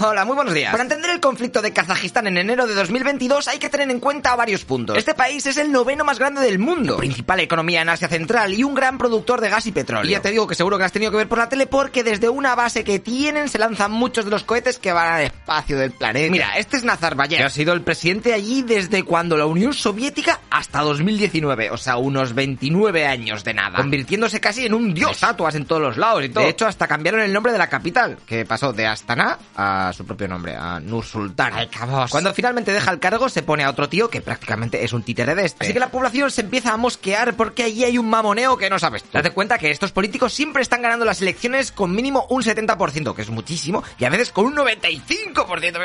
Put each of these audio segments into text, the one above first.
Hola, muy buenos días. Para entender el conflicto de Kazajistán en enero de 2022 hay que tener en cuenta varios puntos. Este país es el noveno más grande del mundo, principal economía en Asia Central y un gran productor de gas y petróleo. Y ya te digo que seguro que has tenido que ver por la tele porque desde una base que tienen se lanzan muchos de los cohetes que van al espacio del planeta. Mira, este es Nazarbayev, que ha sido el presidente allí desde cuando la Unión Soviética hasta 2019, o sea, unos 29 años de nada. convirtiéndose casi en un dios. Estatuas en todos los lados y todo. De hecho, hasta cambiaron el nombre de la capital, que pasó de Astana a su propio nombre, a Nursultán. Ay, cabos. Cuando finalmente deja el cargo, se pone a otro tío que prácticamente es un títere de este. Así que la población se empieza a mosquear porque allí hay un mamoneo que no sabes tú. Date cuenta que estos políticos siempre están ganando las elecciones con mínimo un 70%, que es muchísimo, y a veces con un 95%.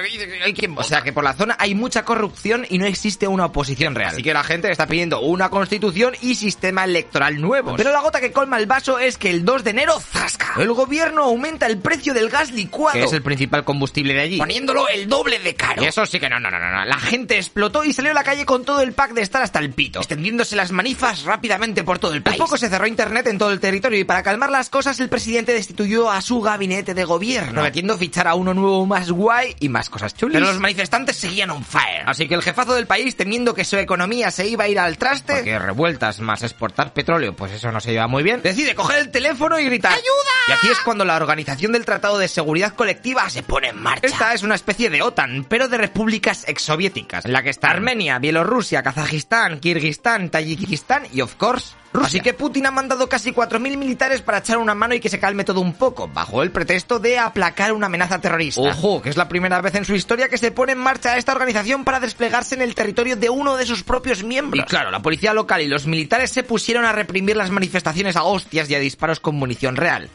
Hay quien O sea que por la zona hay mucha corrupción y no existe una oposición real. Así que la gente está pidiendo una constitución y sistema electoral nuevos. Pero la gota que colma el vaso es que el 2 de enero, ¡zasca! El gobierno aumenta el precio del gas licuado. que es el principal combustible de allí. Poniéndolo el doble de caro. Y eso sí que no, no, no, no, no. La gente explotó y salió a la calle con todo el pack de estar hasta el pito, extendiéndose las manifas rápidamente por todo el país. Tampoco se cerró internet en todo el territorio y para calmar las cosas el presidente destituyó a su gabinete de gobierno, prometiendo fichar a uno nuevo más guay y más cosas chulas. Pero los manifestantes seguían on fire. Así que el jefazo del país, temiendo que su economía se iba a ir al traste, Porque revueltas más exportar petróleo, pues eso no se lleva muy bien. decide coger el teléfono y gritar ¡Ayuda! Y aquí es cuando la Organización del Tratado de Seguridad Colectiva se pone en marcha. Esta es una especie de OTAN, pero de repúblicas exsoviéticas, en la que está Armenia, Bielorrusia, Kazajistán, Kirguistán, Tayikistán y, of course, Rusia. Así que Putin ha mandado casi 4.000 militares para echar una mano y que se calme todo un poco, bajo el pretexto de aplacar una amenaza terrorista. Ojo, que es la primera vez en su historia que se pone en marcha esta organización para desplegarse en el territorio de uno de sus propios miembros. Y claro, la policía local y los militares se pusieron a reprimir las manifestaciones a hostias y a disparos con munición real.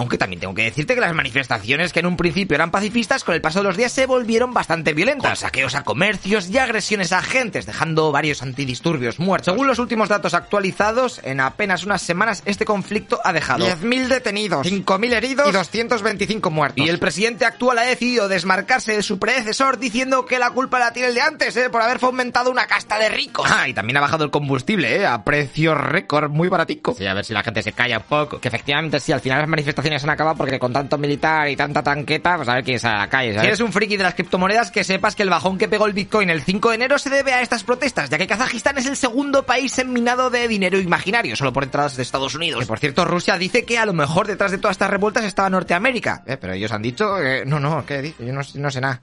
Aunque también tengo que decirte que las manifestaciones que en un principio eran pacifistas, con el paso de los días se volvieron bastante con violentas. saqueos a comercios y agresiones a agentes, dejando varios antidisturbios muertos. Según los últimos datos actualizados, en apenas unas semanas este conflicto ha dejado 10.000 detenidos, 5.000 heridos y 225 muertos. Y el presidente actual ha decidido desmarcarse de su predecesor diciendo que la culpa la tiene el de antes, ¿eh? por haber fomentado una casta de ricos. Ah, y también ha bajado el combustible, ¿eh? A precio récord, muy baratico. Sí, a ver si la gente se calla un poco. Que efectivamente sí, al final las manifestaciones han acabado porque con tanto militar y tanta tanqueta, pues a ver quién sale a la calle, Si ¿sabes? eres un friki de las criptomonedas, que sepas que el bajón que pegó el Bitcoin el 5 de enero se debe a estas protestas, ya que Kazajistán es el segundo país en minado de dinero imaginario, solo por detrás de Estados Unidos. Que por cierto, Rusia dice que a lo mejor detrás de todas estas revueltas estaba Norteamérica. Eh, pero ellos han dicho que... No, no, ¿qué dices? Yo no, no sé nada.